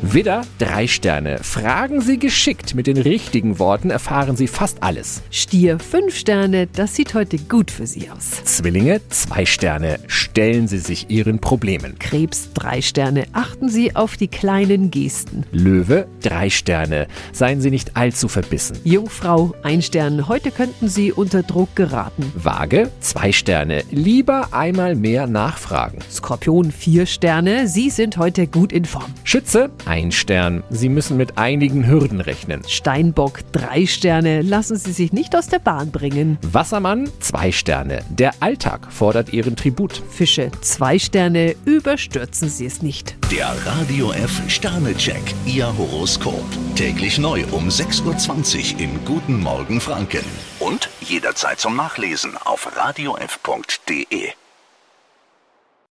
Widder, drei Sterne. Fragen Sie geschickt. Mit den richtigen Worten erfahren Sie fast alles. Stier, fünf Sterne, das sieht heute gut für Sie aus. Zwillinge, zwei Sterne. Stellen Sie sich Ihren Problemen. Krebs, drei Sterne, achten Sie auf die kleinen Gesten. Löwe, drei Sterne. Seien Sie nicht allzu verbissen. Jungfrau, ein Stern, heute könnten Sie unter Druck geraten. Waage, zwei Sterne. Lieber einmal mehr nachfragen. Skorpion, vier Sterne, Sie sind heute gut in Form. Schütze, ein Stern. Sie müssen mit einigen Hürden rechnen. Steinbock, drei Sterne, lassen Sie sich nicht aus der Bahn bringen. Wassermann, zwei Sterne. Der Alltag fordert Ihren Tribut. Fische, zwei Sterne, überstürzen Sie es nicht. Der Radio F Sternecheck, Ihr Horoskop. Täglich neu um 6.20 Uhr im Guten Morgen Franken. Und jederzeit zum Nachlesen auf radiof.de.